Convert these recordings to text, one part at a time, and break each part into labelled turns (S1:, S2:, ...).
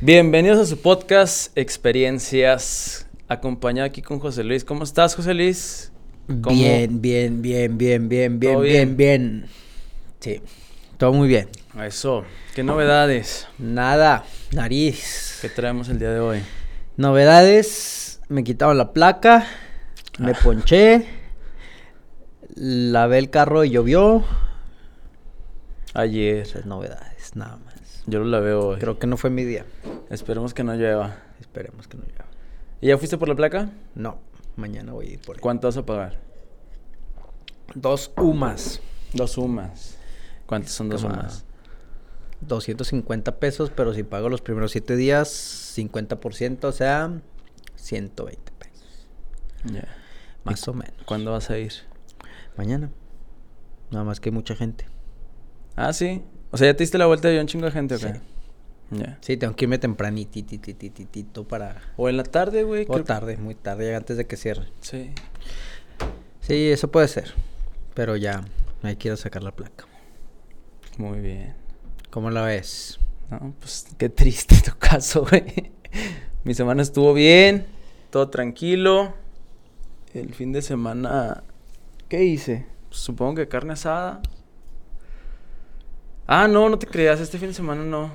S1: Bienvenidos a su podcast Experiencias, acompañado aquí con José Luis. ¿Cómo estás, José Luis? ¿Cómo?
S2: Bien, bien, bien, bien, bien, bien,
S1: ¿Todo
S2: bien, bien. Sí, todo muy bien.
S1: Eso. ¿Qué novedades
S2: Nada, nariz.
S1: que traemos el día de hoy?
S2: Novedades, me quitaron la placa, me ponché, lavé el carro y llovió.
S1: Ayer.
S2: Esas novedades, nada más.
S1: Yo lo la veo hoy.
S2: Creo que no fue mi día.
S1: Esperemos que no llueva.
S2: Esperemos que no llueva.
S1: ¿Y ya fuiste por la placa?
S2: No, mañana voy a ir por ahí.
S1: ¿Cuánto vas a pagar?
S2: Dos UMAS.
S1: Dos sumas. ¿Cuántas son dos
S2: Toma.
S1: sumas?
S2: 250 pesos, pero si pago los primeros 7 días, 50%, o sea, 120 pesos.
S1: Ya.
S2: Más o menos.
S1: ¿Cuándo vas a ir?
S2: Mañana. Nada más que hay mucha gente.
S1: Ah, sí. O sea, ya te diste la vuelta y había un chingo de gente, ¿ok?
S2: Sí.
S1: Ya.
S2: Sí, tengo que irme tempranitititititito para...
S1: O en la tarde, güey.
S2: O
S1: creo-
S2: tarde, muy tarde, antes de que cierre.
S1: Sí.
S2: Sí, eso puede ser. Pero ya, hay que ir a sacar la placa.
S1: Muy bien.
S2: ¿Cómo la ves?
S1: No, pues qué triste tu caso, güey. Mi semana estuvo bien, todo tranquilo. El fin de semana, ¿qué hice? Pues, Supongo que carne asada. Ah, no, no te creas, este fin de semana no.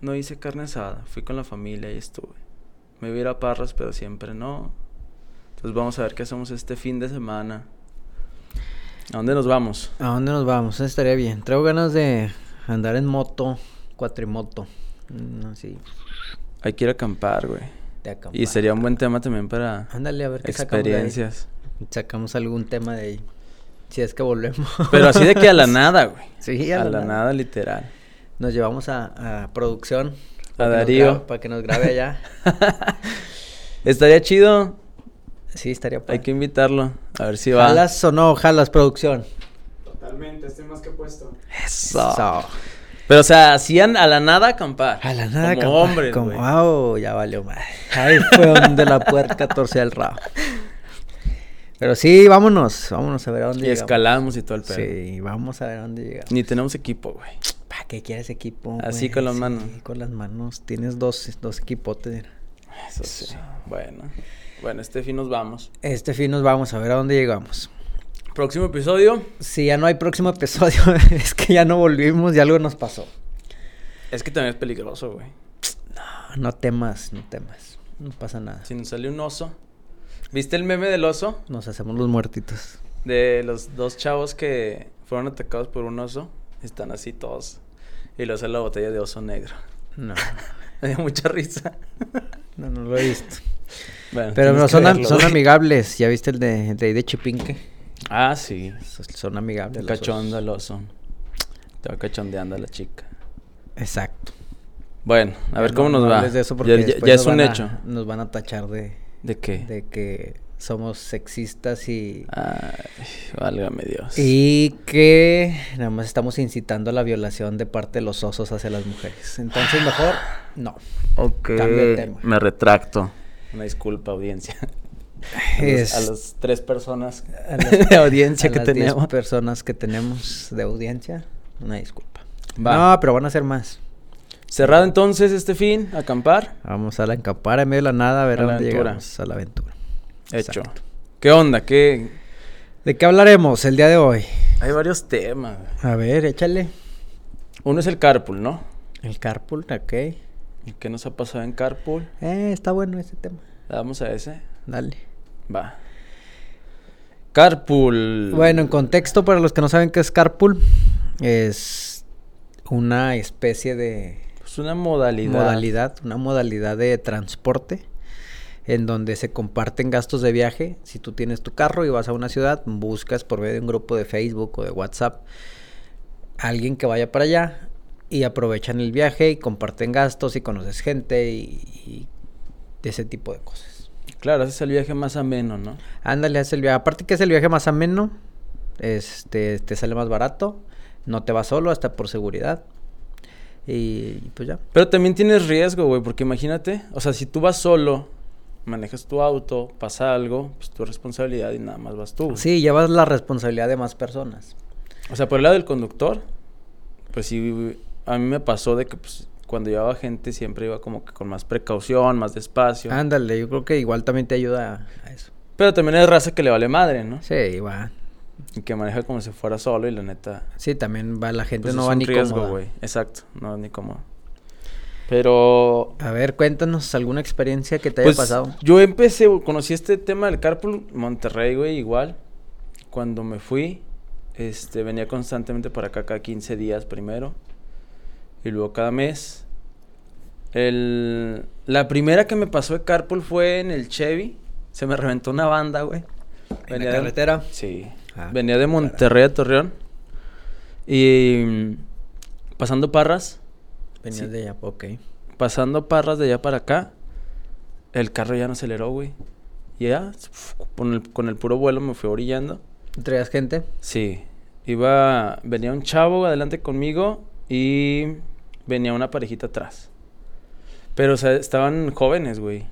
S1: No hice carne asada, fui con la familia y estuve. Me iba a ir a Parras, pero siempre no. Entonces vamos a ver qué hacemos este fin de semana. ¿A dónde nos vamos?
S2: ¿A dónde nos vamos? Eso Estaría bien. Traigo ganas de andar en moto, cuatrimoto. Mm, Así,
S1: Hay que ir a acampar, güey.
S2: de acampar.
S1: Y sería un buen tema también para
S2: Ándale, a ver qué sacamos de ahí.
S1: experiencias.
S2: Sacamos algún tema de ahí. Si es que volvemos.
S1: Pero así de que a la nada, güey.
S2: Sí,
S1: a, la nada. literal.
S2: Nos llevamos a, a producción.
S1: A
S2: para que nos
S1: Darío.
S2: grabe- Para que nos grabe allá.
S1: Estaría chido.
S2: sí, estaría
S1: Hay
S2: padre.
S1: que invitarlo. A ver si va.
S2: ¿Jalas o no jalas producción?
S3: Totalmente, estoy más que puesto.
S1: Eso.
S2: So.
S1: Pero, o sea, hacían a la nada acampar.
S2: A la nada,
S1: Como
S2: compa-
S1: hombres,
S2: como,
S1: güey.
S2: "Au, ya valió madre. Ahí fue donde la puerca torció el rabo. Pero sí, vámonos, vámonos a ver a dónde
S1: Y
S2: llegamos.
S1: escalamos y todo el pedo.
S2: Sí, vamos a ver a dónde llegamos.
S1: Ni tenemos equipo, güey.
S2: ¿Para qué quieres equipo?
S1: Así
S2: güey?
S1: con las
S2: Sí,
S1: manos.
S2: con las manos. Tienes dos, dos equipotes. mira.
S1: Eso sí. Bueno. Bueno, este fin nos vamos.
S2: Este fin nos vamos a ver a dónde llegamos.
S1: Próximo episodio.
S2: Si ya no hay próximo episodio, es que ya no volvimos y algo nos pasó.
S1: Es que también es peligroso, güey.
S2: Ah, No, no temas, no temas. No pasa nada.
S1: Si nos sale un oso. ¿Viste el meme del oso?
S2: Nos hacemos los muertitos.
S1: De los dos chavos que fueron atacados por un oso. Están así todos. Y lo hace la botella de oso negro.
S2: No,
S1: Me dio mucha risa.
S2: no, no lo he visto.
S1: Bueno,
S2: Pero
S1: tienes
S2: no,
S1: que
S2: son, am-
S1: verlo,
S2: son
S1: güey.
S2: amigables. ¿Ya viste el de, el de ahí de Chipinque?
S1: Ah, sí.
S2: Son, son amigables.
S1: Está
S2: los dos.
S1: cachondo el oso. Te va cachondeando la chica.
S2: Exacto.
S1: Bueno, a ver
S2: No-
S1: cómo nos
S2: no
S1: va.
S2: hables de eso
S1: Ya-
S2: porque
S1: ya,
S2: después
S1: ya es
S2: nos
S1: un
S2: van a-
S1: hecho.
S2: Nos van a tachar de,
S1: ¿De qué?
S2: de que somos sexistas y,
S1: Ah, Ay, válgame Dios.
S2: y que nada más estamos incitando a la violación de parte de los osos hacia las mujeres. Entonces, mejor no.
S1: Ok.
S2: Cambio de tema.
S1: Me retracto. Una disculpa, audiencia. A, los- a
S2: Es-
S1: las tres personas
S2: a las-
S1: de audiencia
S2: a
S1: que
S2: las diez
S1: tenemos.
S2: personas que tenemos de audiencia, una disculpa.
S1: Va.
S2: No, pero van a ser más.
S1: Cerrado entonces este fin, acampar.
S2: Vamos a la encapar en medio de la nada a ver
S1: A
S2: a,
S1: la
S2: dónde
S1: aventura.
S2: llegamos a la aventura.
S1: Hecho.
S2: Exacto.
S1: ¿Qué onda? ¿Qué?
S2: ¿De qué hablaremos el día de hoy?
S1: Hay varios temas.
S2: A ver, échale.
S1: Uno es el carpool, ¿no?
S2: El carpool, ok. Eh,
S1: ¿Qué nos ha pasado en carpool?
S2: está bueno ese tema.
S1: ¿La damos a ese?
S2: Dale.
S1: Va. Carpool.
S2: Bueno, en contexto, para los que no saben qué es carpool, es una especie de
S1: Es una modalidad.
S2: modalidad, una modalidad de transporte en donde se comparten gastos de viaje. Si tú tienes tu carro y vas a una ciudad, buscas por medio de un grupo de Facebook o de WhatsApp alguien que vaya para allá y aprovechan el viaje y comparten gastos y conoces gente y, y de ese tipo de cosas.
S1: Claro, ese es el viaje más ameno, ¿no?
S2: Ándale, haz el viaje. Aparte que es el viaje más ameno, este, te sale más barato, no te vas solo hasta por seguridad y pues ya.
S1: Pero también tienes riesgo, güey, porque imagínate, o sea, si tú vas solo, manejas tu auto, pasa algo, pues tu responsabilidad y nada más vas tú. güey.
S2: Sí, llevas la responsabilidad de más personas.
S1: O sea, por el lado del conductor, pues sí, a mí me pasó de que pues, cuando llevaba gente siempre iba como que con más precaución, más despacio.
S2: Ándale, yo creo que igual también te ayuda a eso.
S1: Pero también es raza que le vale madre, ¿no?
S2: Sí, igual.
S1: Y que maneja como si fuera solo y la neta.
S2: Sí, también va la gente,
S1: pues
S2: no
S1: es
S2: va
S1: un
S2: ni
S1: riesgo,
S2: cómoda.
S1: güey. Exacto, no va ni cómodo. Pero
S2: A ver, cuéntanos alguna experiencia que te haya
S1: Pues,
S2: pasado.
S1: Yo empecé, güey, conocí este tema del carpool Monterrey, güey, igual. Cuando me fui, este, venía constantemente para acá cada 15 días primero. Y luego cada mes. El, la primera que me pasó de carpool fue en el Chevy. Se me reventó una banda, güey.
S2: En
S1: Venía
S2: la
S1: de-
S2: carretera.
S1: Sí.
S2: Ah,
S1: Venía de Monterrey a Torreón. Y mm, pasando Parras,
S2: Venías
S1: Sí.
S2: de allá, ok.
S1: pasando Parras de allá para acá, el carro ya no aceleró, güey. Y ya, uf, con el, con el puro vuelo me fui orillando.
S2: ¿Traías gente?
S1: Sí, iba, venía un chavo adelante conmigo y venía una parejita atrás. Pero, o sea, estaban jóvenes, güey.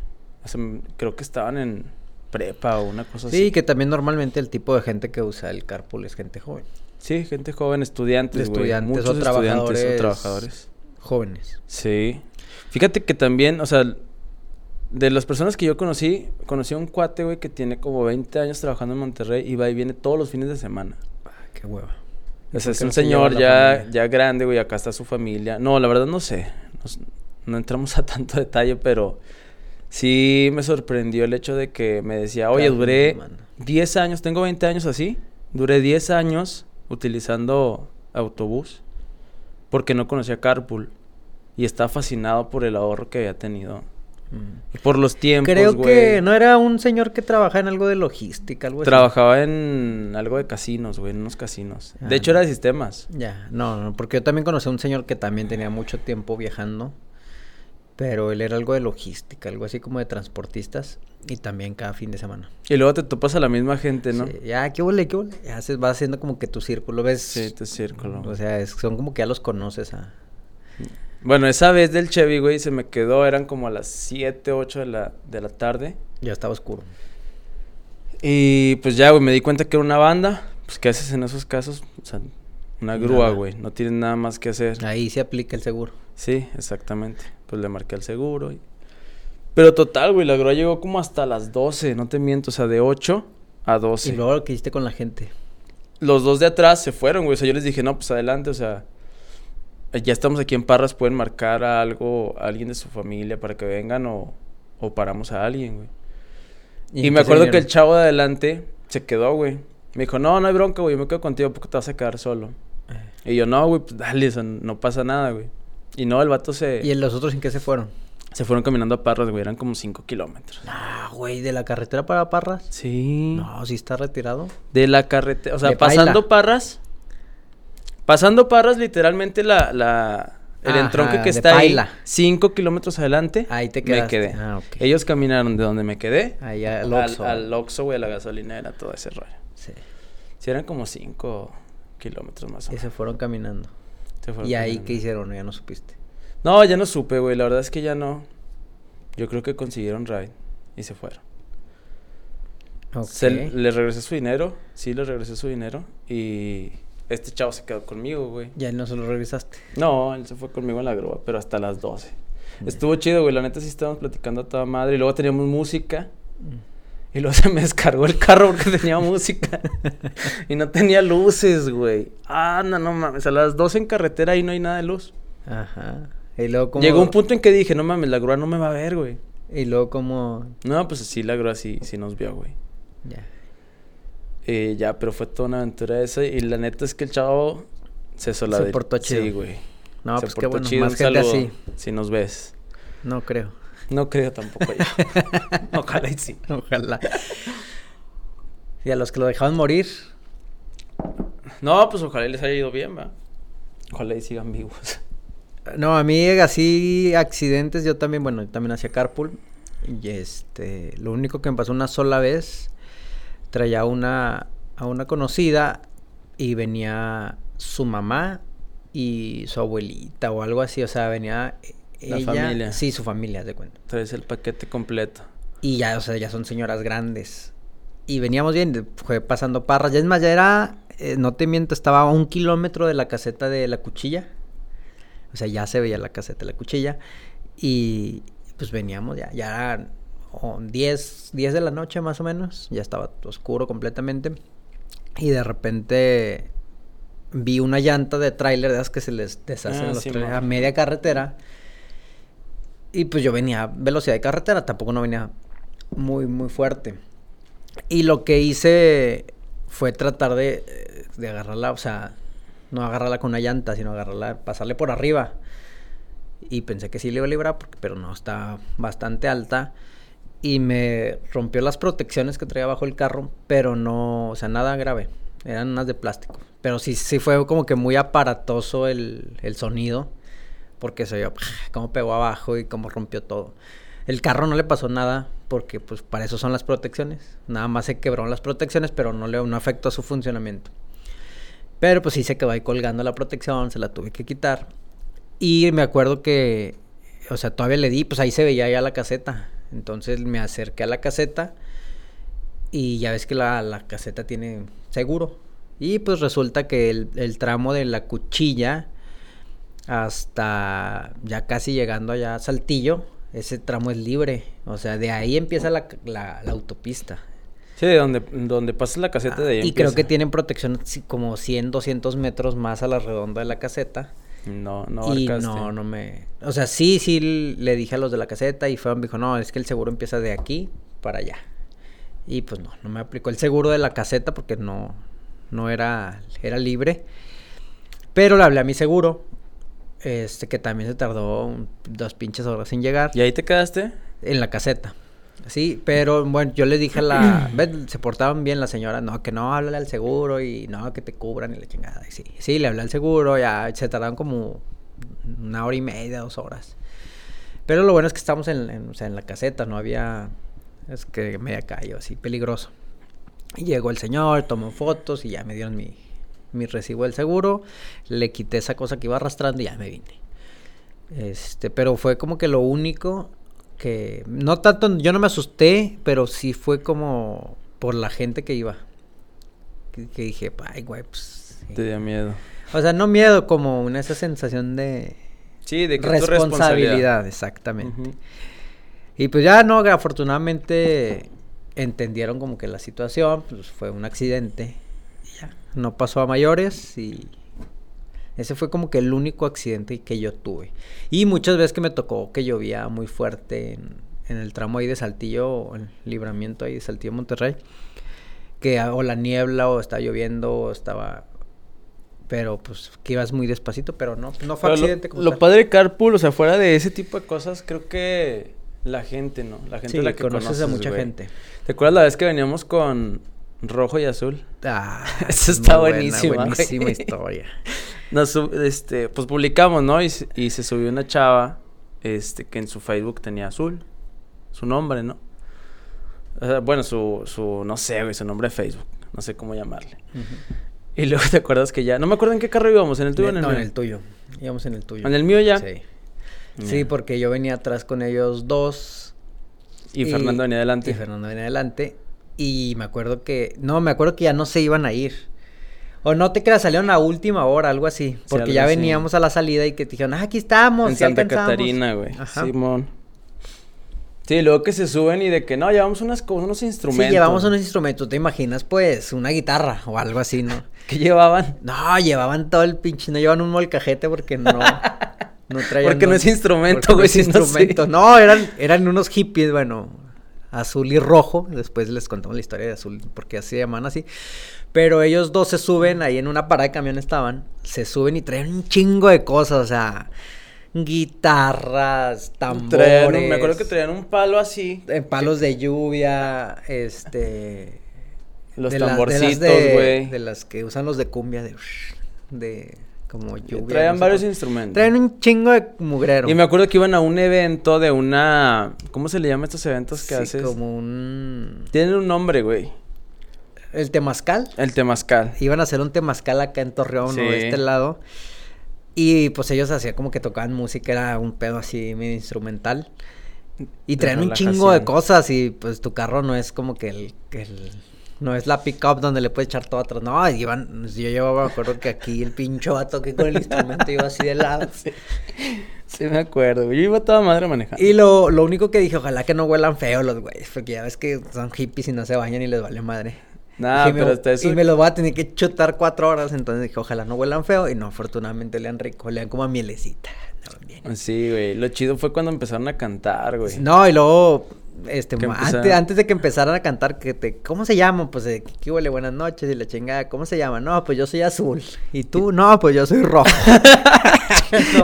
S1: O sea, m- creo que estaban en prepa o una cosa
S2: Sí,
S1: así.
S2: que también normalmente el tipo de gente que usa el carpool es gente joven.
S1: Sí, gente joven, estudiantes,
S2: De
S1: güey.
S2: estudiantes o
S1: Muchos estudiantes
S2: trabajadores.
S1: o trabajadores.
S2: Jóvenes.
S1: Sí. Fíjate que también, o sea, de las personas que yo conocí, conocí a un cuate, güey, que tiene como 20 años trabajando en Monterrey y va y viene todos los fines de semana.
S2: Ay, qué hueva.
S1: O sea, es
S2: Porque
S1: un
S2: no se
S1: señor
S2: lleva la
S1: ya,
S2: familia.
S1: ya grande, güey, acá está su familia. No, la verdad no sé. No, s- no entramos a tanto detalle, pero sí me sorprendió el hecho de que me decía, oye,
S2: Cada fin de
S1: duré
S2: semana.
S1: 10 años, tengo 20 años así, duré 10 años utilizando autobús porque no conocía carpool y estaba fascinado por el ahorro que había tenido
S2: Mm.
S1: y por los tiempos,
S2: Creo que
S1: güey.
S2: no era un señor que trabajaba en algo de logística, algo así.
S1: Trabajaba en algo de casinos, güey, en unos casinos.
S2: Ah,
S1: de hecho,
S2: no.
S1: era de sistemas.
S2: Ya, no, no, porque yo también conocí a un señor que también tenía mucho tiempo viajando, pero él era algo de logística, algo así como de transportistas, y también cada fin de semana.
S1: Y luego te topas a la misma gente, ¿no?
S2: Sí, ya, qué huele, qué huele. Ya se va haciendo como que tu círculo, ¿ves?
S1: Sí, tu círculo.
S2: O sea, es- son como que ya los conoces ah, a...
S1: Bueno, esa vez del Chevy, güey, se me quedó, eran como a las 7, 8 de la, de la tarde.
S2: Ya estaba oscuro.
S1: Y pues ya, güey, me di cuenta que era una banda. Pues, ¿qué haces en esos casos? O sea, una grúa,
S2: Nada.
S1: güey. No tienes nada más que hacer.
S2: Ahí se aplica el seguro.
S1: Sí, exactamente. Pues le marqué al seguro. y- Pero total, güey, la grúa llegó como hasta las 12, no te miento. O sea, de 8 a 12.
S2: Y luego lo que hiciste con la gente.
S1: los dos de atrás se fueron, güey. O sea, yo les dije, no, pues adelante, o sea, eh, ya estamos aquí en Parras, pueden marcar a algo, a alguien de su familia para que vengan o, o paramos a alguien, güey. Y, me
S2: entonces
S1: acuerdo que el
S2: vinieron.
S1: chavo de adelante se quedó, güey. Me dijo, no, no hay bronca, güey, yo me quedo contigo porque te vas a quedar solo. Y yo, no, güey, pues dale, o sea, no pasa nada, güey. Y no, el vato se,
S2: ¿Y el- los otros en qué se fueron?
S1: se fueron caminando a Parras, güey, eran como 5 kilómetros.
S2: Ah, güey, ¿de la carretera para Parras?
S1: Sí.
S2: No, si está retirado.
S1: De la carretera, o sea,
S2: De
S1: pasando
S2: Paila.
S1: Parras. Pasando Parras, literalmente la, la el
S2: Ajá,
S1: entronque que
S2: de
S1: está
S2: Paila.
S1: ahí, cinco kilómetros adelante.
S2: Ahí te
S1: quedé.
S2: quedaste.
S1: Me quedé.
S2: Ah, ok.
S1: Ellos caminaron de donde me quedé.
S2: Ahí al
S1: al-
S2: Oxxo.
S1: Al Oxxo, güey, a la gasolinera, todo ese rollo.
S2: Sí.
S1: Si eran como cinco kilómetros más o
S2: Y
S1: menos.
S2: se fueron caminando.
S1: Se fueron
S2: ¿Y ahí
S1: caminando.
S2: qué hicieron? Ya no supiste.
S1: No, ya no supe, güey. La verdad es que ya no. Yo creo que consiguieron ride y se fueron.
S2: Ok.
S1: Se- les regresé su dinero. Sí, les regresé su dinero. Y este chavo se quedó conmigo, güey.
S2: Ya no se lo regresaste.
S1: No, él se fue conmigo en la grúa, pero hasta las 12.
S2: Mm.
S1: Estuvo chido, güey. La neta sí estábamos platicando a toda madre. Y luego teníamos música.
S2: Mm.
S1: Y luego se me descargó el carro porque tenía música. y no tenía luces, güey. Ah, no, no mames. A las 12 en carretera ahí no hay nada de luz.
S2: Ajá. Y luego como...
S1: Llegó un punto en que dije, no mames, la grúa no me va a ver, güey.
S2: Y luego como...
S1: No, pues sí, la grúa sí, sí nos vio, güey.
S2: Ya.
S1: Eh, ya, pero fue toda una aventura esa. Y la neta es que el chavo se soladeó.
S2: portó
S1: Sí,
S2: chido.
S1: güey.
S2: No,
S1: Se
S2: pues qué
S1: portó
S2: bueno.
S1: chido,
S2: Más
S1: un
S2: gente
S1: saludo,
S2: así.
S1: Si nos ves.
S2: No creo.
S1: No creo tampoco yo. Ojalá y sí.
S2: Ojalá. Y a los que lo dejaban morir.
S1: No, pues ojalá y les haya ido bien, va. Ojalá y sigan vivos.
S2: No, a mí así accidentes, yo también, bueno, yo también hacía carpool. Y este, lo único que me pasó una sola vez, traía una, a una conocida y venía su mamá y su abuelita o algo así, o sea, venía e-
S1: La
S2: ella,
S1: familia.
S2: sí, su familia, haz de cuenta.
S1: Traes el paquete completo.
S2: Y ya, o sea, ya son señoras grandes. Y veníamos bien, de- fue pasando parras. Ya es más, ya era, eh, no te miento, estaba a un kilómetro de la caseta de la cuchilla. O sea, ya se veía la caseta de la cuchilla. Y pues veníamos ya, ya eran oh, 10, 10 de la noche más o menos. Ya estaba oscuro completamente. Y de repente vi una llanta de tráiler de las que se les deshacen
S1: Ah,
S2: los
S1: sí,
S2: trailers
S1: mo.
S2: a media carretera. Y pues yo venía a velocidad de carretera, tampoco no venía muy, muy fuerte. Y lo que hice fue tratar de, eh, de agarrarla, o sea, no agarrarla con una llanta, sino agarrarla, pasarle por arriba. Y pensé que sí le iba a librar, porque- pero no, está bastante alta. Y me rompió las protecciones que traía bajo el carro, pero no, o sea, nada grave. Eran unas de plástico. Pero sí, sí fue como que muy aparatoso el, el sonido, porque se vio cómo pegó abajo y cómo rompió todo. El carro no le pasó nada, porque pues para eso son las protecciones. Nada más se quebraron las protecciones, pero no le no afectó a su funcionamiento. Pero pues sí se quedó ahí colgando la protección, se la tuve que quitar. Y me acuerdo que, o sea, todavía le di, pues ahí se veía ya la caseta. Entonces me acerqué a la caseta y ya ves que la, la caseta tiene seguro. Y pues resulta que el, el tramo de la cuchilla hasta ya casi llegando allá a Saltillo, ese tramo es libre. O sea, de ahí empieza la, la- la autopista.
S1: Sí, de donde, donde pasas la caseta de ahí.
S2: Ah, y creo
S1: empieza.
S2: que tienen protección sí, como 100, 200 metros más a la redonda de la caseta.
S1: No, no
S2: y
S1: abarcaste.
S2: no, no me... O sea, sí, sí l- le dije a los de la caseta y fueron, me dijo, no, es que el seguro empieza de aquí para allá. Y pues no, no me aplicó el seguro de la caseta porque no, no era, era libre. Pero le hablé a mi seguro, este, que también se tardó un- dos pinches horas en llegar
S1: ¿Y ahí te quedaste?
S2: en la caseta. Sí, pero bueno, yo le dije a la... ¿Ves? Se portaban bien las señoras. No, que no, háblale al seguro y no, que te cubran y la chingada. Y sí, sí, le hablé al seguro, ya se tardaron como una hora y media, dos horas. Pero lo bueno es que estamos en, en- o sea, en la caseta, no había... Es que media calle, o así, peligroso. Y llegó el señor, tomó fotos y ya me dieron mi, mi recibo del seguro. Le quité esa cosa que iba arrastrando y ya me vine. Este, pero fue como que lo único que no tanto yo no me asusté, pero sí fue como por la gente que iba. Que, que dije, "Ay, güey, pues." sí".
S1: Te dio miedo.
S2: O sea, no miedo, como una esa sensación de,
S1: Sí, de que es tu
S2: responsabilidad,
S1: responsabilidad.
S2: exactamente.
S1: Ujú.
S2: Y pues ya no, afortunadamente entendieron como que la situación, pues fue un accidente. y ya, no pasó a mayores y ese fue como que el único accidente que yo tuve. Y muchas veces que me tocó que llovía muy fuerte en, en el tramo ahí de Saltillo, el libramiento ahí de Saltillo Monterrey, que a- o la niebla o estaba lloviendo o estaba... Pero pues que ibas muy despacito, pero no, no fue
S1: Pero lo-
S2: accidente. como
S1: lo,
S2: tal.
S1: padre de Carpool, o sea, fuera de ese tipo de cosas, creo que la gente, ¿no? La gente
S2: Sí,
S1: a la que
S2: conoces, a mucha
S1: güey.
S2: gente.
S1: ¿Te acuerdas la vez que veníamos con rojo y azul?
S2: Ah,
S1: Eso
S2: es
S1: está
S2: muy
S1: buenísima, güey.
S2: buenísima historia.
S1: Nos, sub- este, pues publicamos, ¿no? Y, s- y se subió una chava, este, que en su Facebook tenía azul, su nombre, ¿no? O sea, bueno, su, su, no sé, güey, su nombre de Facebook, no sé cómo llamarle. Y luego te acuerdas que ya, no me acuerdo en qué carro íbamos, en el tuyo o en el
S2: no,
S1: mío.
S2: en el tuyo. Íbamos en el tuyo.
S1: ¿En el mío ya?
S2: Sí.
S1: Ya.
S2: Sí, porque yo venía atrás con ellos dos.
S1: Y Fernando venía adelante.
S2: Y Fernando venía adelante. Y me acuerdo que. No, me acuerdo que ya no se iban a ir. O no te creas, salieron a última hora, algo así. Porque
S1: algo
S2: ya
S1: así.
S2: veníamos a la salida y que te dijeron, ah, aquí estamos.
S1: En
S2: sí
S1: Santa
S2: alcanzamos".
S1: Catarina, güey.
S2: Ajá.
S1: Simón. Sí, luego que se suben y de que no, llevamos unas, co- unos instrumentos.
S2: Sí, llevamos unos instrumentos, ¿te imaginas? Pues una guitarra o algo así, ¿no?
S1: que llevaban.
S2: No, llevaban todo el pinche, no llevaban un molcajete porque no, no traían.
S1: Porque no es instrumento,
S2: porque no
S1: güey,
S2: es
S1: si no, sí.
S2: instrumento. No, eran, eran unos hippies, bueno, azul y rojo. Después les contamos la historia de azul, porque así se llaman así. Pero ellos dos se suben, ahí en una parada de camión estaban, se suben y traen un chingo de cosas, o sea, guitarras, tambores.
S1: Traían un- me acuerdo que traían un palo así.
S2: eh, palos de lluvia, este...
S1: Los
S2: de las- de las
S1: tamborcitos,
S2: de-
S1: güey.
S2: De, las que usan los de cumbia, de. de como lluvia.
S1: Traían
S2: no sé
S1: varios
S2: cómo.
S1: instrumentos.
S2: Traen un chingo de mugrero.
S1: Y me acuerdo que iban a un evento de una. ¿Cómo se le llama a estos eventos que
S2: Sí,
S1: haces?
S2: como un.
S1: Tienen un nombre, güey.
S2: El temazcal.
S1: El temazcal.
S2: Iban a hacer un temazcal acá en Torreón o
S1: Sí.
S2: de este lado. Y pues ellos hacían como que tocaban música, era un pedo así medio instrumental. Y
S1: De
S2: traen un chingo de
S1: relajación.
S2: cosas y pues tu carro no es como que el, que el No es la pick-up donde le puedes echar todo atrás. No, iban, yo llevaba, me acuerdo que aquí el pincho vato que con el instrumento iba así de lado.
S1: Sí. Sí, me acuerdo. güey. Yo iba toda madre manejando.
S2: Y lo, lo único que dije, ojalá que no huelan feo los güeyes, porque ya ves que son hippies y no se bañan y les vale madre.
S1: Nah,
S2: Dije, me-
S1: Ah, pero hasta eso.
S2: Y me lo va a tener que chutar cuatro horas, entonces dije, ojalá no huelan feo, y no, afortunadamente lean rico, lean como a mielecita. andaban bien.
S1: Sí, güey. Lo chido fue cuando empezaron a cantar, güey.
S2: No, y luego, este,
S1: Que
S2: ma-
S1: empezaron-
S2: antes, antes de que empezaran a cantar, que te, ¿cómo se llaman? Pues, de que- que huele, buenas noches, y la chingada, ¿cómo se llaman? No, pues yo soy azul, y tú, no, pues yo soy rojo.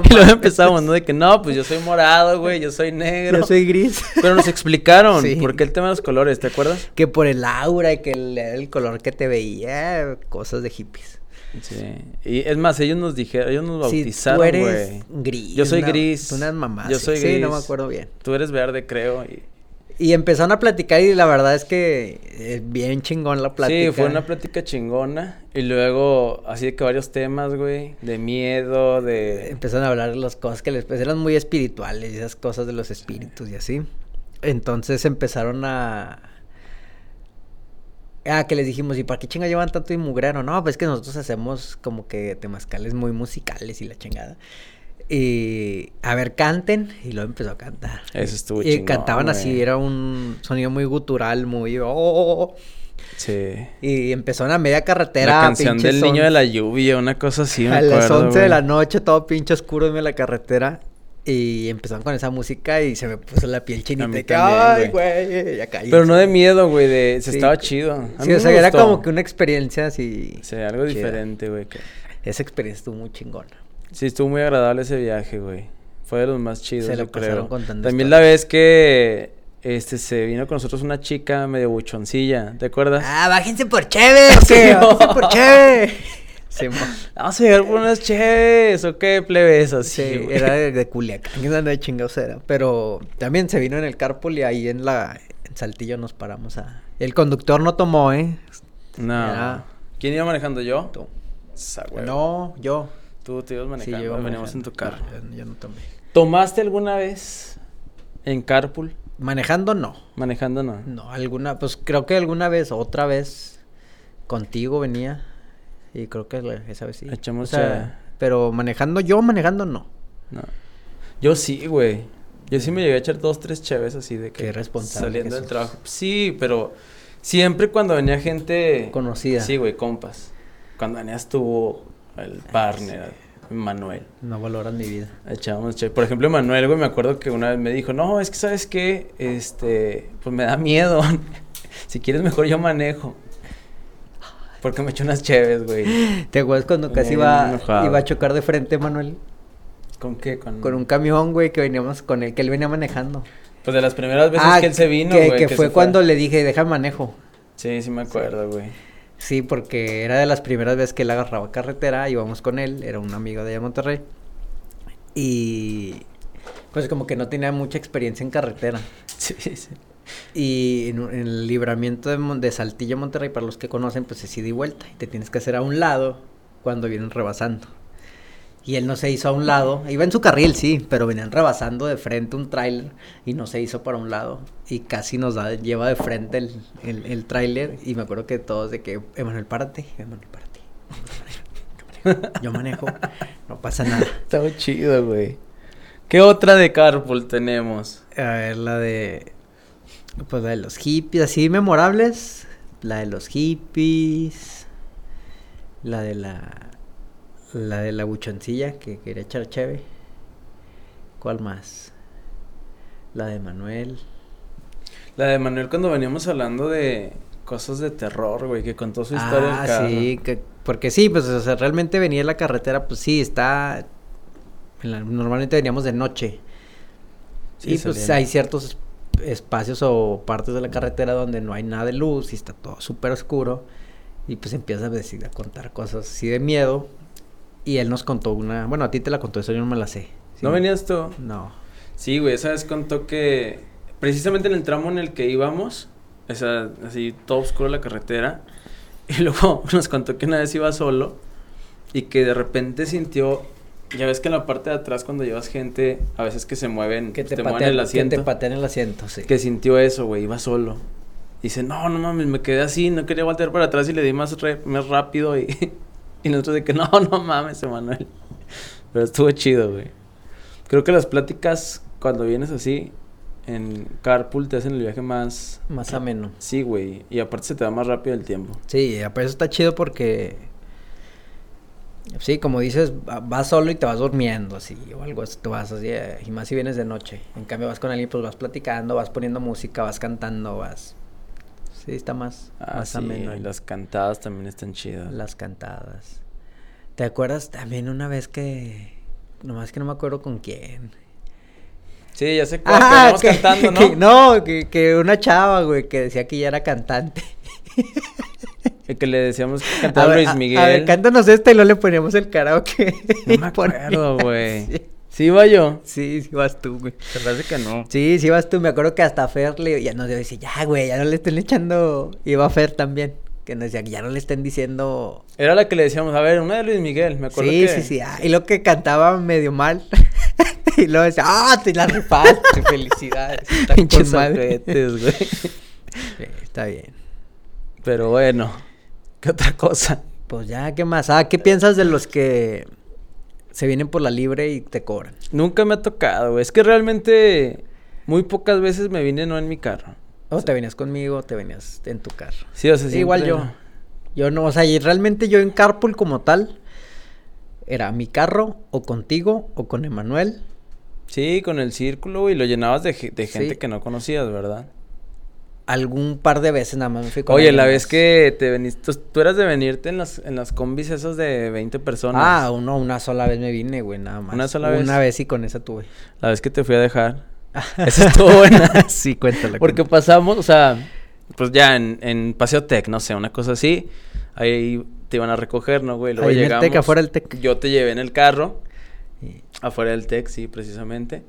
S1: y luego empezamos, ¿no? De que no, pues yo soy morado, güey, yo soy negro.
S2: yo soy gris.
S1: Pero nos explicaron
S2: Sí.
S1: por qué el tema de los colores, ¿te acuerdas?
S2: que por el aura y que el, el color que te veía, cosas de hippies.
S1: Sí. Y es más, ellos nos dijeron, ellos nos bautizaron,
S2: tú
S1: güey.
S2: eres gris.
S1: Yo soy
S2: una-
S1: gris.
S2: Unas mamás.
S1: Yo
S2: sí.
S1: soy
S2: Sí, no me
S1: gris.
S2: acuerdo bien.
S1: Tú eres verde, creo. y-
S2: Y empezaron a platicar y la verdad es que eh, bien chingón la plática.
S1: Sí, fue una plática chingona. Y luego, así de que varios temas, güey. De miedo, de.
S2: Empezaron a hablar de las cosas que les pues, eran muy espirituales, esas cosas de los espíritus y así. Entonces empezaron a... Ah, que les dijimos, ¿y para qué chinga llevan tanto y mugrero? No, pues que nosotros hacemos como que temazcales muy musicales y la chingada. Y a ver, canten. Y luego empezó a cantar.
S1: Eso estuvo
S2: Y
S1: chingón,
S2: cantaban así,
S1: güey.
S2: era un sonido muy gutural, muy... "Oh, oh, oh".
S1: Sí.
S2: Y empezaron a media carretera.
S1: la canción
S2: pinches
S1: del niño de
S2: once-
S1: la lluvia, una cosa así. me
S2: a las
S1: acuerdo,
S2: 11 de la
S1: güey.
S2: noche, todo pinche oscuro en medio de la carretera. Y empezaron con esa música y se me puso la piel
S1: A
S2: chinita.
S1: mí
S2: y que,
S1: también,
S2: ay, güey, ya caí.
S1: Pero no de miedo, güey. De... Se
S2: Sí.
S1: estaba chido. A mí
S2: Sí, o
S1: me
S2: sea, era
S1: gustó.
S2: como que una experiencia así.
S1: Sí, algo
S2: chida.
S1: diferente, güey. que-
S2: Esa experiencia estuvo muy chingona.
S1: Sí, estuvo muy agradable ese viaje, güey. Fue de los más chidos,
S2: Se
S1: yo
S2: la pasaron
S1: creo.
S2: contando
S1: También la
S2: historias.
S1: vez que este se vino con nosotros una chica medio buchoncilla, ¿te acuerdas?
S2: Ah, bájense por chévere,
S1: Sí,
S2: que
S1: no.
S2: bájense por chévere. Sí, mo-
S1: Vamos a llegar por unas chéves, ¿o qué plebes? Así,
S2: sí,
S1: güey.
S2: era de, de Culiacán, no de chingados era. Pero también se vino en el carpool y ahí en la en Saltillo nos paramos a. El conductor no tomó, ¿eh?
S1: No.
S2: era-
S1: ¿Quién iba manejando yo?
S2: Tú.
S1: Esa, güey.
S2: No, yo.
S1: Tú te ibas
S2: Sí,
S1: manejando,
S2: yo iba
S1: veníamos en tu carro.
S2: manejando. No, yo- yo Ah, no tomé.
S1: ¿Tomaste alguna vez en carpool?
S2: Manejando no.
S1: Manejando no.
S2: No, alguna, pues creo que alguna vez, otra vez, contigo venía. Y creo que la- esa vez sí.
S1: Echamos
S2: O sea, pero manejando, yo manejando no.
S1: No. Yo sí, güey. Yo sí me llegué a echar dos, tres chaves así de que.
S2: Qué responsable
S1: Saliendo
S2: que
S1: del
S2: sos.
S1: trabajo. Sí, pero siempre cuando venía gente.
S2: Conocida.
S1: Sí, güey, compas. Cuando venías tú, el
S2: Ah,
S1: partner, Manuel.
S2: No valoran mi vida.
S1: Echábamos chaves. Por ejemplo, Manuel, güey, me acuerdo que una vez me dijo: No, es que sabes qué, este, pues me da miedo. si quieres, mejor yo manejo. Porque me echo unas cheves, güey.
S2: ¿Te acuerdas cuando casi
S1: Bien
S2: iba,
S1: enojado.
S2: iba a chocar de frente, Manuel?
S1: ¿Con qué? Con,
S2: Con un camión, güey, que veníamos con él, que él venía manejando.
S1: Pues de las primeras veces que él se vino,
S2: Ah, que,
S1: güey.
S2: que
S1: se
S2: fue
S1: fue.
S2: cuando le dije, deja manejo.
S1: Sí, sí me acuerdo, güey.
S2: Sí, porque era de las primeras veces que él agarraba carretera, íbamos con él, era un amigo de allá de Monterrey. Y pues como que no tenía mucha experiencia en carretera.
S1: Sí, sí.
S2: Y en, un- en el libramiento de, Mon- de Saltillo a Monterrey, para los que conocen, pues es ida y vuelta. Y te tienes que hacer a un lado cuando vienen rebasando. Y él no se hizo a un lado. Iba en su carril, sí, pero venían rebasando de frente un tráiler y no se hizo para un lado. Y casi nos da, lleva de frente el, el, el tráiler. Y me acuerdo que todos de que, Emanuel, párate, Emanuel, párate. Yo manejo, no pasa nada.
S1: Estaba chido, güey. ¿Qué otra de Carpool tenemos?
S2: A ver, la de. Pues la de los hippies, así memorables. La de los hippies. La de la. La de la buchoncilla que quería echar cheve. ¿Cuál más? La de Manuel.
S1: La de Manuel cuando veníamos hablando de cosas de terror, güey, que contó su historia del
S2: Ah,
S1: carro.
S2: sí, que- porque sí, pues o sea, realmente venía en la carretera, pues sí, está. en la- normalmente veníamos de noche.
S1: Sí,
S2: y pues
S1: salían.
S2: hay ciertos es- espacios o partes de la carretera donde no hay nada de luz y está todo súper oscuro. Y pues empieza a decir, a contar cosas así de miedo. Y él nos contó una. Bueno, a ti te la contó, eso yo no me la sé. Sí,
S1: ¿No venías tú?
S2: No.
S1: Sí, güey, esa vez contó que precisamente en el tramo en el que íbamos, esa, así todo oscuro la carretera, y luego nos contó que una vez iba solo y que de repente sintió, ya ves que en la parte de atrás cuando llevas gente, a veces que se mueven,
S2: Que te,
S1: te mueven
S2: patean,
S1: el
S2: que te
S1: asiento.
S2: patean el asiento, sí.
S1: que sintió eso, güey, iba solo. Dice, no, no mames, me quedé así, no quería voltear para atrás y le di más, re- más rápido y, y nosotros de que no, no mames, Emanuel. Pero estuvo chido, güey. Creo que las pláticas cuando vienes así en carpool te hacen el viaje más...
S2: Más ameno.
S1: Sí, güey. Y aparte se te va más rápido el tiempo.
S2: Sí, pero eso está chido porque. Sí, como dices, va- vas solo y te vas durmiendo así, o algo así, te vas así, eh, y más si vienes de noche. En cambio, vas con alguien, pues vas platicando, vas poniendo música, vas cantando, vas. Sí, está más,
S1: Ah,
S2: más
S1: sí,
S2: ameno.
S1: y las cantadas también están chidas.
S2: Las cantadas. ¿Te acuerdas también una vez que. Nomás que no me acuerdo con quién.
S1: Sí, ya sé cuál, Ah, que vamos
S2: que-
S1: cantando, ¿no?
S2: que- Ah, no, que, que una chava, güey, que decía que ya era cantante.
S1: El que le decíamos que
S2: A
S1: cantaba
S2: ver,
S1: Luis
S2: a-
S1: Miguel.
S2: A, ver, cántanos esta y luego le poníamos el karaoke.
S1: No me
S2: Y ponías-
S1: acuerdo, güey.
S2: Sí,
S1: Sí, iba yo.
S2: sí, sí vas tú, güey.
S1: Se parece que no.
S2: Sí, sí vas tú. Me acuerdo que hasta Fer le ya nos decía, ya, güey, ya no le estén echando. Iba Fer también. Que nos decía, ya no le estén diciendo.
S1: Era la que le decíamos, a ver, una de Luis Miguel, me acuerdo
S2: Sí,
S1: que...
S2: sí, sí. ah, y lo que cantaba medio mal. y luego decía, ah, te la rifaste, felicidades. Está
S1: Pinches
S2: con madre.
S1: ojetes, güey.
S2: Sí, está bien.
S1: Pero bueno, ¿qué otra cosa?
S2: Pues ya, ¿qué más? Ah, ¿qué piensas de los que se vienen por la libre y te cobran?
S1: Nunca me ha tocado, güey. Es que realmente muy pocas veces me vine no en mi carro.
S2: O te venías conmigo, o te venías en tu carro.
S1: Sí, o sea,
S2: Sí, igual
S1: siempre
S2: yo. Yo no, o sea, y realmente yo en carpool como tal era mi carro o contigo o con Emanuel.
S1: Sí, con el círculo, güey, lo llenabas de, ge- de
S2: Sí.
S1: gente que no conocías, ¿verdad?
S2: Algún par de veces nada más me fui con
S1: Oye,
S2: alguien
S1: la
S2: más.
S1: vez que te veniste, tú, tú eras de venirte en las, en las combis esas de 20 personas.
S2: Ah, uno, una sola vez me vine, güey, nada más.
S1: ¿Una sola
S2: Una
S1: vez?
S2: vez y con esa tuve.
S1: La vez que te fui a dejar. Esa estuvo buena.
S2: sí, cuéntala.
S1: Porque
S2: cuéntala.
S1: pasamos, o sea, pues ya en, en Paseo Tec, no sé, una cosa así. Ahí te iban a recoger, ¿no, güey? Luego
S2: Ahí en el
S1: llegamos.
S2: Tec, afuera del Tec.
S1: Yo te llevé en el carro,
S2: Y-
S1: afuera del Tec, sí, precisamente.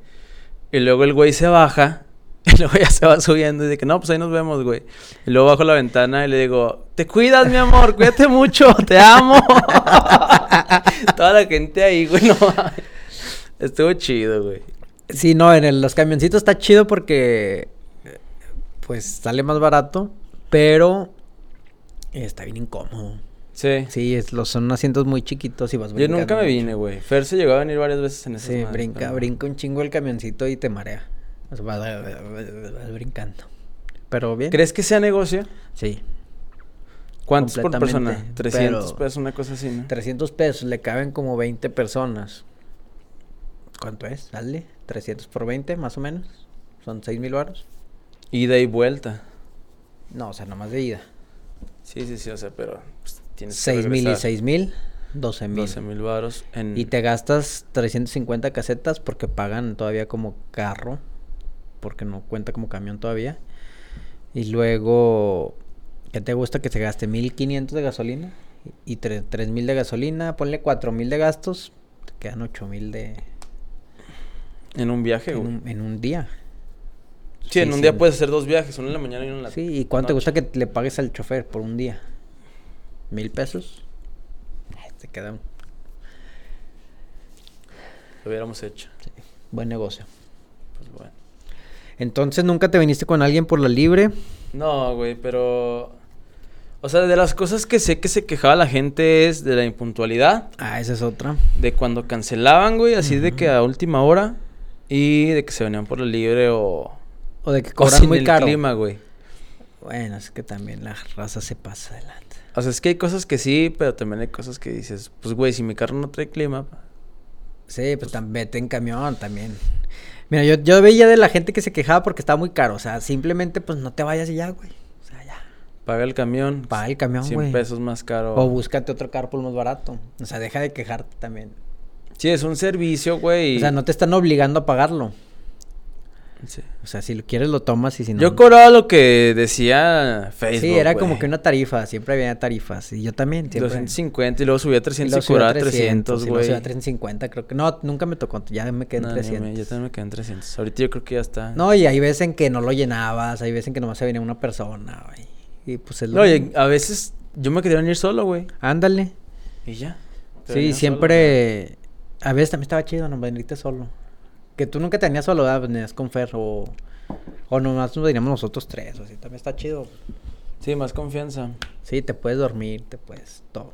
S1: Y luego el güey se baja. Y luego ya se va subiendo y de que no, pues ahí nos vemos, güey. Y luego bajo la ventana y le digo, te cuidas, mi amor, cuídate mucho, te amo. Toda la gente ahí, güey, no mames. Estuvo chido, güey.
S2: pues, Sí, no, en el- los camioncitos está chido porque eh, pues sale más barato, pero eh, está bien incómodo.
S1: Sí.
S2: Sí, es, los, son asientos muy chiquitos y vas
S1: Yo nunca me
S2: brincando.
S1: vine, güey. Fer se llegó a venir varias veces en ese
S2: Sí, brinca, brinca un chingo el camioncito y te marea. O sea, vas, vas brincando. Pero bien.
S1: ¿Crees que sea negocio?
S2: Sí.
S1: ¿Cuántos por persona?
S2: Completamente,
S1: 300
S2: pero-
S1: pesos, una cosa así, ¿no?
S2: 300 pesos, le caben como 20 personas. ¿Cuánto es? Dale. 300 por 20, más o menos. Son 6 mil baros.
S1: Ida y vuelta.
S2: No, o sea, nomás de ida.
S1: Sí, sí, sí, o sea, pero pues, tienes que
S2: 6 mil y
S1: regresar.
S2: 6 mil, 12 mil.
S1: 12 mil varos en...
S2: Y te gastas 350 casetas porque pagan todavía como carro, porque no cuenta como camión todavía. Y luego, ¿qué te gusta que se gaste? 1500 de gasolina y tre- 3000 de gasolina, ponle 4000 de gastos, te quedan 8000 de
S1: En un viaje,
S2: en
S1: güey.
S2: un, en un día.
S1: Sí, en
S2: sí,
S1: un
S2: sí.
S1: día puedes hacer dos viajes, uno en la mañana y uno en la
S2: Sí, ¿y cuánto te
S1: noche.
S2: gusta que le pagues al chofer por un día? ¿Mil pesos? Ay, Te queda un
S1: Lo hubiéramos hecho.
S2: buen negocio.
S1: Pues bueno.
S2: Entonces, ¿nunca te viniste con alguien por la libre?
S1: No, güey, pero... O sea, de las cosas que sé que se quejaba la gente es de la impuntualidad.
S2: Ah, esa es otra.
S1: De cuando cancelaban, güey, así de que a última hora. Y de que se venían por la libre o...
S2: O de que
S1: o
S2: cobran
S1: sin
S2: muy
S1: el
S2: caro.
S1: clima, güey.
S2: Bueno, es que también la raza se pasa adelante.
S1: O sea, es que hay cosas que sí, pero también hay cosas que dices, pues, güey, si mi carro no trae clima...
S2: Sí, pues también vete en camión también. Mira, yo, yo veía de la gente que se quejaba porque estaba muy caro. O sea, simplemente pues no te vayas y ya, güey. O sea, ya.
S1: Paga el camión.
S2: Paga el camión,
S1: 100
S2: güey.
S1: pesos más caro.
S2: O búscate otro carpool más barato. O sea, deja de quejarte también.
S1: Sí, es un servicio, güey.
S2: O sea, no te están obligando a pagarlo.
S1: Sí.
S2: O sea, si lo quieres lo tomas y si no.
S1: Yo cobraba lo que decía Facebook,
S2: Sí, era
S1: güey.
S2: como que una tarifa. Siempre había tarifas. Y yo también. Siempre.
S1: 250 y luego subía a 300 y,
S2: luego subía
S1: cobraba
S2: a 300,
S1: 300,
S2: y luego
S1: güey.
S2: subía a 350, creo que. No, nunca me tocó. Ya me quedé en
S1: No, ni me-
S2: 300.
S1: yo también me quedé en 300. Ahorita yo creo que ya está.
S2: No, y hay veces en que no lo llenabas, hay veces en que nomás se venía una persona, güey. Y pues es lo
S1: No, y
S2: mismo.
S1: a veces yo me quería venir solo, güey.
S2: Ándale.
S1: Y ya. Te
S2: Sí,
S1: venía solo,
S2: siempre. A veces también estaba chido, no venirte solo. Que tú nunca tenías solo, ¿verdad? venías con Fer o, o nomás nos veníamos nosotros tres, o así también está chido.
S1: Sí, más confianza.
S2: Sí, te puedes dormir, te puedes todo.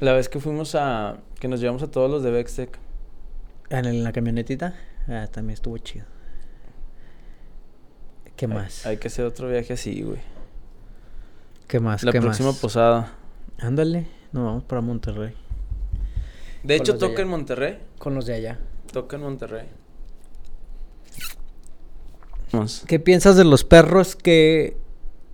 S1: La vez que fuimos a... que nos llevamos a todos los de Bextec.
S2: En, el- la camionetita ah, también estuvo chido. ¿Qué más?
S1: Hay, que hacer otro viaje así, güey.
S2: ¿Qué más?
S1: La
S2: ¿Qué
S1: próxima
S2: más?
S1: posada.
S2: Ándale, nos vamos para Monterrey.
S1: De
S2: Con
S1: hecho,
S2: los de
S1: toca
S2: allá.
S1: en Monterrey.
S2: Con los de allá.
S1: Toca en Monterrey. Vamos.
S2: ¿Qué piensas de los perros que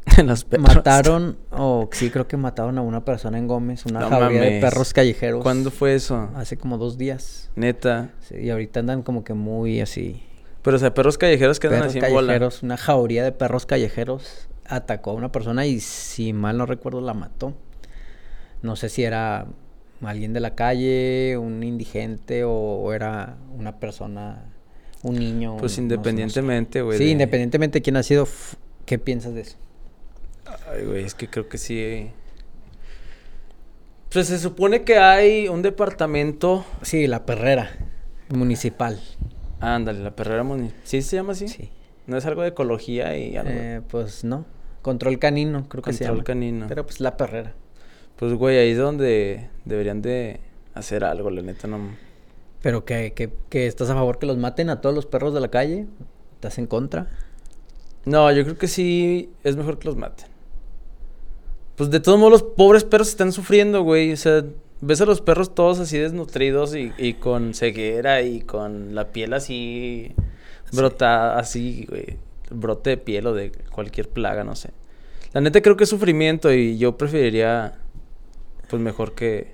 S1: Las perras.
S2: mataron o sí creo que mataron a una persona en Gómez, una
S1: No
S2: jauría de
S1: mames.
S2: perros callejeros?
S1: ¿Cuándo fue eso?
S2: Hace como dos días.
S1: Neta.
S2: Sí, y ahorita andan como que muy así.
S1: Pero, o sea, perros callejeros que andan
S2: Perros
S1: así en bola.
S2: callejeros, una jauría de perros callejeros atacó a una persona y si mal no recuerdo la mató. No sé si era alguien de la calle, un indigente o, o era una persona, un
S1: Pues
S2: niño. no- no- no sé.
S1: independientemente, güey.
S2: sí,
S1: de-
S2: independientemente de quién ha sido, f- ¿qué piensas de eso?
S1: Ay, güey, es que creo que sí. Pues se supone que hay un departamento.
S2: Sí, la perrera municipal.
S1: Ándale, la perrera muni- ¿Sí se llama así?
S2: Sí.
S1: No es algo de ecología y algo.
S2: Eh, pues no, control canino, creo que se
S1: Control
S2: llama.
S1: canino.
S2: Pero pues la perrera.
S1: Pues, güey, ahí es donde deberían de hacer algo, la neta, no.
S2: Pero que, que, que estás a favor que los maten a todos los perros de la calle, estás en contra.
S1: No, yo creo que sí es mejor que los maten. Pues de todos modos los pobres perros están sufriendo, güey. O sea, ves a los perros todos así desnutridos y, y con ceguera y con la piel así brotada, así, güey. Brote de piel o de cualquier plaga, no sé. La neta creo que es sufrimiento y yo preferiría, pues mejor que,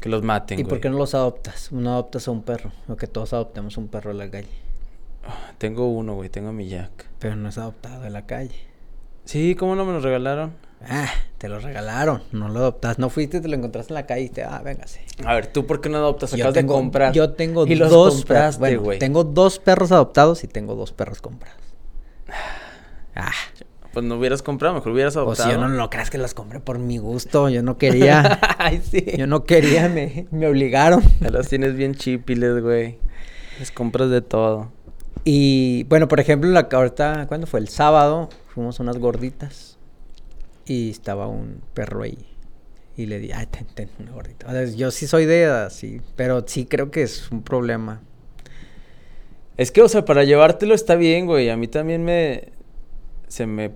S1: que los maten,
S2: ¿Y
S1: güey.
S2: por qué no los adoptas? No adoptas a un perro, o que todos adoptemos un perro de la calle.
S1: Tengo uno, güey, tengo mi Jack.
S2: Pero no es adoptado de la calle.
S1: Sí, ¿cómo no me lo regalaron?
S2: Ah, te lo regalaron, no lo adoptas, no fuiste, te lo encontraste en la calle y te, ah, véngase.
S1: A ver, ¿tú por qué no adoptas? Acabas de comprar.
S2: Yo tengo
S1: y los
S2: dos perros.
S1: compraste,
S2: Bueno,
S1: güey.
S2: tengo dos perros adoptados y tengo dos perros comprados. Ah,
S1: Pues no hubieras comprado, mejor hubieras
S2: o
S1: adoptado.
S2: si Pues yo no lo creas que los compré por mi gusto, yo no quería.
S1: Ay, sí.
S2: Yo no quería, me, me obligaron.
S1: Ya las tienes bien chipiles, güey. Les compras de todo.
S2: Y bueno, por ejemplo, la ahorita, ¿cuándo fue? El sábado, fuimos a unas gorditas y estaba un perro ahí. Y le di, ay, ten, ten, una gordita. O sea, yo sí soy de así, pero sí creo que es un problema.
S1: Es que, o sea, para llevártelo está bien, güey. A mí también me. Se me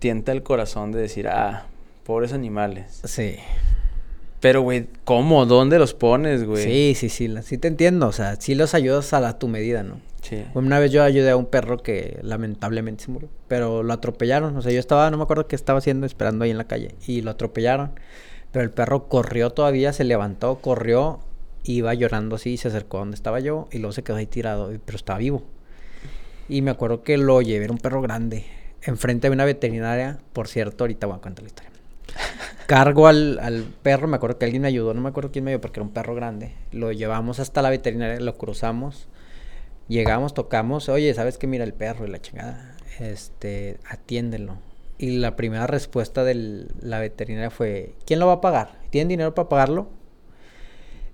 S1: tienta el corazón de decir, ah, pobres animales.
S2: Sí.
S1: Pero, güey, ¿cómo? ¿Dónde los pones, güey?
S2: Sí, sí, sí, la- sí te entiendo. O sea, sí los ayudas a la, tu medida, ¿no?
S1: Sí.
S2: Una vez yo ayudé a un perro que lamentablemente se murió, pero lo atropellaron. O sea, yo estaba, no me acuerdo qué estaba haciendo, esperando ahí en la calle, y lo atropellaron. Pero el perro corrió todavía, se levantó, corrió, iba llorando así, se acercó a donde estaba yo, y luego se quedó ahí tirado, y- pero estaba vivo. Y me acuerdo que lo llevé, era un perro grande, enfrente de una veterinaria. Por cierto, ahorita voy a contar la historia. Cargo al, al perro, me acuerdo que alguien me ayudó, no me acuerdo quién me ayudó porque era un perro grande. Lo llevamos hasta la veterinaria, lo cruzamos, llegamos, tocamos, oye, ¿sabes qué? Mira el perro y la chingada, este, atiéndelo. Y la primera respuesta de la veterinaria fue, ¿quién lo va a pagar? ¿Tienen dinero para pagarlo?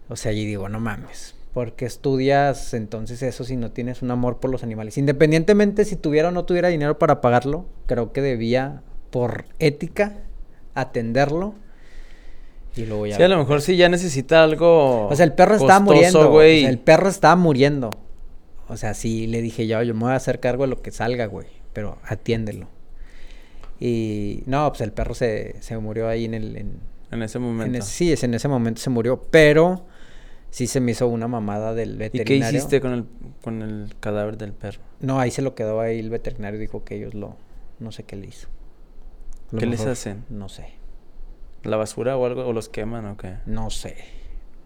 S2: O sea, allí digo, no mames, porque estudias entonces eso si no tienes un amor por los animales? Independientemente si tuviera o no tuviera dinero para pagarlo, creo que debía, por ética, atenderlo. Y luego ya...
S1: Sí, a lo mejor sí ya necesita algo.
S2: O sea, el perro estaba
S1: costoso,
S2: muriendo.
S1: güey.
S2: O sea, el perro estaba muriendo. O sea, sí le dije yo, yo me voy a hacer cargo de lo que salga, güey. Pero atiéndelo. Y no, pues el perro se, se murió ahí en el. En,
S1: En ese
S2: en
S1: momento.
S2: ese- sí, es en ese momento se murió. Pero sí se me hizo una mamada del
S1: ¿Y qué
S2: veterinario.
S1: hiciste con el, con el cadáver del perro?
S2: No, ahí se lo quedó ahí el veterinario. Dijo que ellos lo. No sé qué le hizo. A lo
S1: ¿Qué les
S2: mejor-
S1: hacen?
S2: No sé.
S1: ¿La basura o algo? ¿O los queman o qué?
S2: No sé.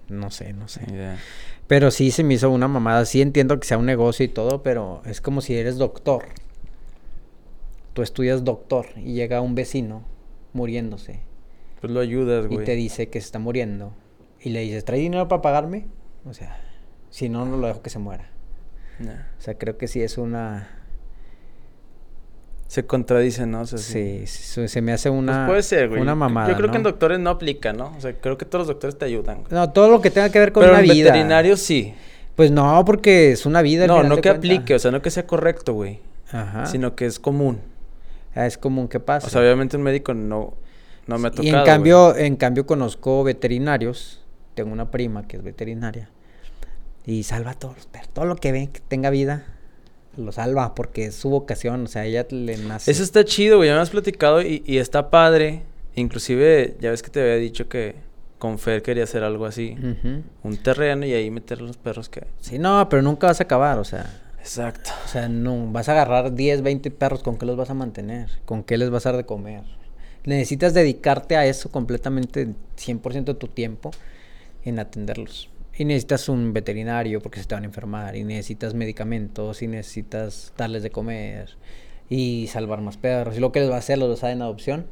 S2: No sé, no sé.
S1: Ni idea.
S2: Pero sí se me hizo una mamada. Sí entiendo que sea un negocio y todo, pero es como si eres doctor. Tú estudias doctor y llega un vecino muriéndose
S1: Pues lo ayudas,
S2: y
S1: güey.
S2: te dice que se está muriendo y le dices, ¿trae dinero para pagarme? O sea, si no, no lo dejo que se muera.
S1: Nah.
S2: O sea, creo que sí es una...
S1: Se contradicen, ¿no? O sea,
S2: Sí, se, se me hace
S1: Pues
S2: una...
S1: puede ser, güey.
S2: Una mamada,
S1: Yo creo que en
S2: ¿no?
S1: doctores no aplica, ¿no? O sea, creo que todos los doctores te ayudan. güey.
S2: No, todo lo que tenga que ver con
S1: Pero
S2: una
S1: en
S2: vida.
S1: veterinarios sí.
S2: Pues no, porque es una vida. al
S1: No,
S2: final
S1: no
S2: de
S1: que
S2: cuenta.
S1: aplique, o sea, no que sea correcto, güey,
S2: Ajá.
S1: sino que es común.
S2: Ah, es común que pasa.
S1: O sea, obviamente un médico no, no me ha tocado.
S2: y en
S1: güey.
S2: cambio, en cambio conozco veterinarios. Tengo una prima que es veterinaria. Y salva a todos los perros. Todo lo que ve que tenga vida, lo salva porque es su vocación. O sea, ella le nace.
S1: Eso está chido, güey, ya me has platicado y, y está padre. Inclusive, ya ves que te había dicho que con Fer quería hacer algo así.
S2: Ujú.
S1: Un terreno y ahí meter los perros que...
S2: Sí, no, pero nunca vas a acabar. O sea,
S1: Exacto.
S2: o sea, no. Vas a agarrar 10, 20 perros. ¿Con qué los vas a mantener? ¿Con qué les vas a dar de comer? Necesitas dedicarte a eso completamente, 100% de tu tiempo en atenderlos. Y necesitas un veterinario porque se te van a enfermar. Y necesitas medicamentos. Y necesitas darles de comer. Y salvar más perros. Y lo que les vas a hacer, los vas a dar en adopción.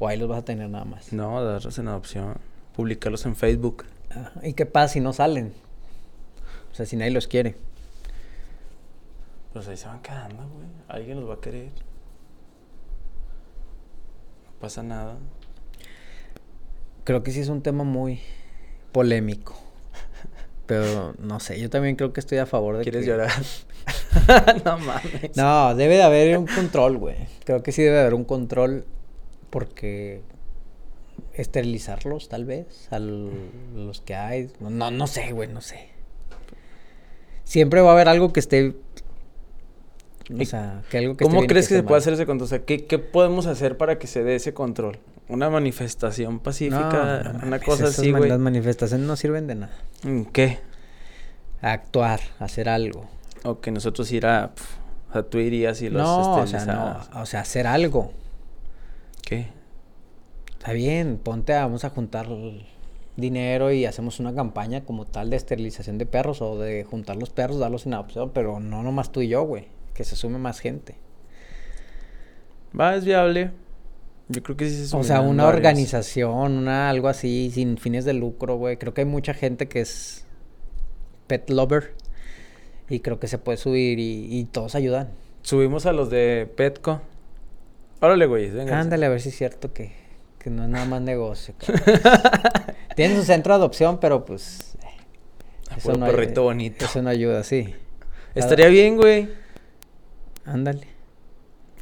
S2: O ahí los vas a tener nada más.
S1: No, darlos en adopción. Publicarlos en Facebook.
S2: Ajá, ¿Y qué pasa si no salen? O sea, si nadie los quiere.
S1: Pues ahí se van quedando, güey. Alguien los va a querer. No pasa nada.
S2: Creo que sí es un tema muy polémico. Pero no sé, yo también creo que estoy a favor de
S1: ¿Quieres
S2: que-
S1: llorar? no mames.
S2: No, debe de haber un control, güey. Creo que sí debe de haber un control porque esterilizarlos, tal vez, a los que hay. No, no sé, güey, no sé. Siempre va a haber algo que esté... O
S1: ¿Y
S2: sea, que algo que esté
S1: ¿Cómo
S2: bien y
S1: crees que,
S2: esté
S1: se puede
S2: mal.
S1: hacer ese control? O sea, ¿qué, qué podemos hacer para que se dé ese control? Una manifestación pacífica,
S2: No, no
S1: una
S2: mames,
S1: cosa
S2: esas
S1: así,
S2: man-
S1: güey.
S2: Las manifestaciones no sirven de nada.
S1: ¿En ¿Qué?
S2: Actuar, hacer algo.
S1: O que nosotros ir a... pf, o sea, tú irías y los este,
S2: no, o sea, no,
S1: esterilizaras.
S2: o sea, hacer algo.
S1: ¿Qué?
S2: Está bien, ponte a, vamos a juntar l- dinero y hacemos una campaña como tal de esterilización de perros o de juntar los perros, darlos en adopción, pero no nomás tú y yo, güey, que se sume más gente.
S1: Va, es viable. Yo creo que sí se
S2: O sea,
S1: sumirán
S2: una
S1: varios.
S2: organización, una algo así, sin fines de lucro, güey. Creo que hay mucha gente que es pet lover y creo que se puede subir y, y todos ayudan.
S1: Subimos a los de Petco. Órale, güey, venga.
S2: Ándale, a ver si es cierto que, que no es nada más negocio. cabrón. Tienen su centro de adopción, pero pues... eh,
S1: Puro
S2: ay-
S1: perrito bonito.
S2: Eso no ayuda, sí.
S1: Estaría bien, güey.
S2: Ándale.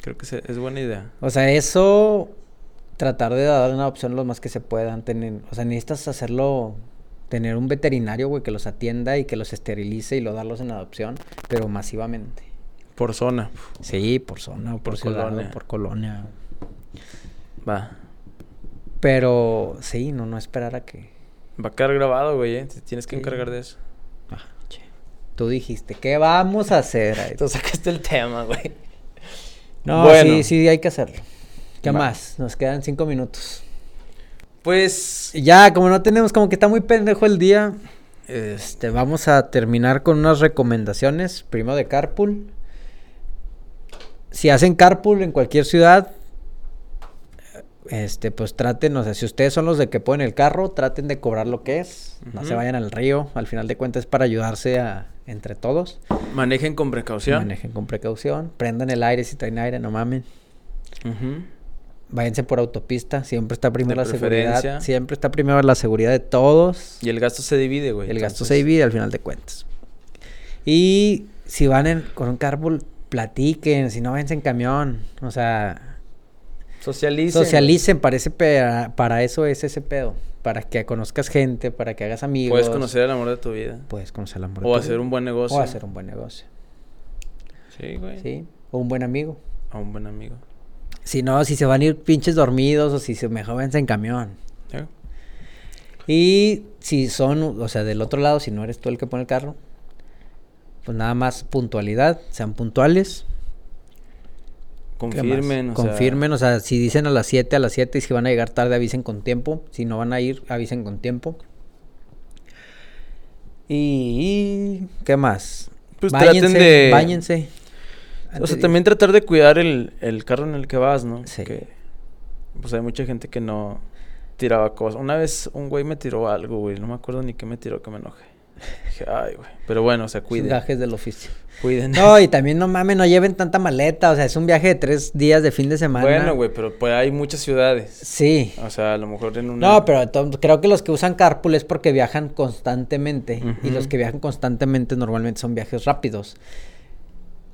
S1: Creo que se- es buena idea.
S2: O sea, eso... Tratar de dar una opción lo más que se puedan tener. O sea, necesitas hacerlo... Tener un veterinario, güey, que los atienda y que los esterilice y lo darlos en adopción, pero masivamente.
S1: Por zona.
S2: Sí, por zona, por,
S1: Por
S2: ciudad, o
S1: colonia.
S2: por colonia.
S1: Va.
S2: Pero sí, no, no esperar a que...
S1: Va a quedar grabado, güey, eh. Te tienes que
S2: Sí.
S1: encargar de eso.
S2: Ah, che. Tú dijiste, ¿qué vamos a hacer? Ay,
S1: Tú sacaste el tema, güey.
S2: No,
S1: Bueno.
S2: sí, sí, hay que hacerlo. ¿Qué
S1: Va.
S2: más? Nos quedan cinco minutos.
S1: Pues.
S2: Ya, como no tenemos, como que está muy pendejo el día,
S1: es-
S2: este, vamos a terminar con unas recomendaciones. Primero de Carpool. Si hacen Carpool en cualquier ciudad, este, pues traten, o sea, si ustedes son los de que ponen el carro, traten de cobrar lo que es. No se
S1: Ujú.
S2: vayan al río. Al final de cuentas es para ayudarse a, entre todos.
S1: Manejen con precaución.
S2: Manejen con precaución. Prendan el aire si traen aire, no mamen.
S1: Ujú.
S2: Váyanse por autopista, siempre está primero
S1: De
S2: la seguridad,
S1: preferencia.
S2: siempre está primero la seguridad de todos.
S1: Y el gasto se divide, güey.
S2: el gasto
S1: entonces-
S2: se divide al final de cuentas. Y si van en- con un carpool, platiquen, si no váyanse en camión, o sea,
S1: Socialicen.
S2: socialicen, parece para, para eso es ese pedo, para que conozcas gente, para que hagas
S1: güey.
S2: amigos.
S1: Puedes conocer el amor de tu vida.
S2: puedes conocer el amor de
S1: O
S2: tu
S1: hacer
S2: vida,
S1: un buen negocio.
S2: o hacer un buen negocio,
S1: Sí, güey.
S2: sí, o un buen amigo.
S1: A un buen amigo.
S2: Si no, si se van a ir pinches dormidos o si se mejor váyanse en camión.
S1: ¿Eh?
S2: Y si son, o sea, del otro lado, si no eres tú el que pone el carro, pues nada más puntualidad, sean puntuales. ¿Qué más?
S1: Confirmen, o sea,
S2: Confirmen, o sea, si dicen a las 7, a las 7, y si van a llegar tarde, avisen con tiempo. Si no van a ir, avisen con tiempo. Y, y, ¿qué más?
S1: Pues traten de.
S2: Báñense.
S1: O
S2: Antes
S1: sea,
S2: de-
S1: también tratar de cuidar el, el carro en el que vas, ¿no?
S2: Sí.
S1: Que, pues hay mucha gente que no tiraba cosas. Una vez un güey me tiró algo, güey. No me acuerdo ni qué me tiró, que me enojé. Dije, ay, güey. Pero bueno, o sea, cuiden.
S2: Gajes del oficio.
S1: Cuiden.
S2: No, y también no mames, no lleven tanta maleta. O sea, es un viaje de tres días de fin de semana.
S1: bueno, güey, pero pues hay muchas ciudades.
S2: Sí.
S1: O sea, a lo mejor en una.
S2: No, pero to- creo que los que usan carpool es porque viajan constantemente. Y los
S1: Ujú.
S2: que viajan constantemente normalmente son viajes rápidos.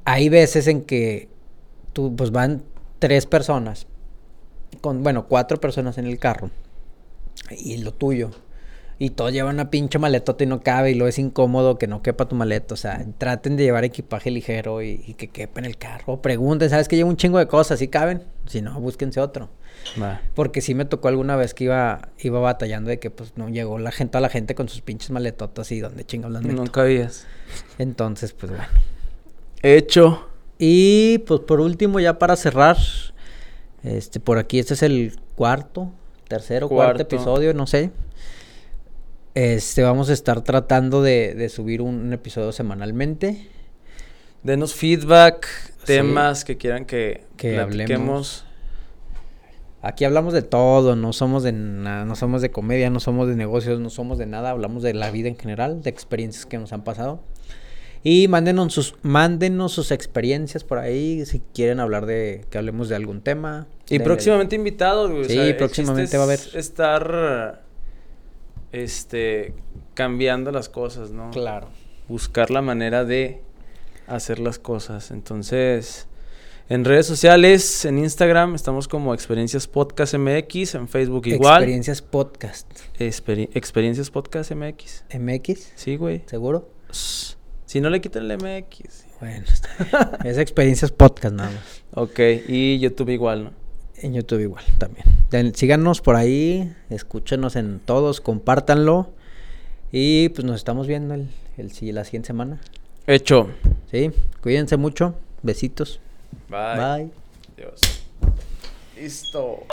S2: Hay veces en que tú, pues van tres personas. Con, bueno, cuatro personas en el carro. Y lo tuyo. Y todos llevan una pinche maletota y no cabe. Y luego es incómodo que no quepa tu maleta. O sea, traten de llevar equipaje ligero y, y que quepa en el carro. Pregunten, ¿sabes que llevo un chingo de cosas? ¿Sí caben? Si no, búsquense otro.
S1: Va.
S2: Porque sí me tocó alguna vez que iba, iba batallando de que pues no llegó la gente a la gente con sus pinches maletotas y donde chingados las meto.
S1: Nunca habías.
S2: Entonces, pues bueno.
S1: Hecho.
S2: Y pues por último, ya para cerrar, este, por aquí, este es el cuarto, tercero, cuarto,
S1: Cuarto.
S2: episodio, no sé. Este, vamos a estar tratando de, de subir un, un episodio semanalmente.
S1: Denos feedback,
S2: Sí.
S1: temas que quieran que,
S2: Que
S1: platiquemos.
S2: Aquí hablamos de todo, no somos de nada, no somos de comedia, no somos de negocios, no somos de nada, hablamos de la vida en general, de experiencias que nos han pasado. Y mándenos sus, mándenos sus experiencias por ahí, si quieren hablar de, que hablemos de algún tema.
S1: Y
S2: de-
S1: próximamente invitados, güey. o
S2: Sí,
S1: sea, el
S2: próximamente
S1: chiste
S2: va a
S1: es
S2: haber.
S1: Estar. Este. Cambiando las cosas, ¿no?
S2: Claro.
S1: buscar la manera de hacer las cosas. Entonces, en redes sociales, en Instagram, estamos como Experiencias Podcast MX, en Facebook igual.
S2: Experiencias Podcast
S1: Experi- Experiencias Podcast MX.
S2: MX,
S1: Sí, güey.
S2: ¿seguro?
S1: S- Si no le quitan el MX.
S2: Bueno, está bien. es Experiencias Podcast nada más.
S1: Ok, y YouTube igual, ¿no?
S2: En YouTube igual también. Den- Síganos por ahí, escúchenos en todos, compártanlo. Y pues nos estamos viendo el, el, si- la siguiente semana.
S1: Hecho.
S2: Sí, cuídense mucho. Besitos. Bye.
S1: Dios. Listo.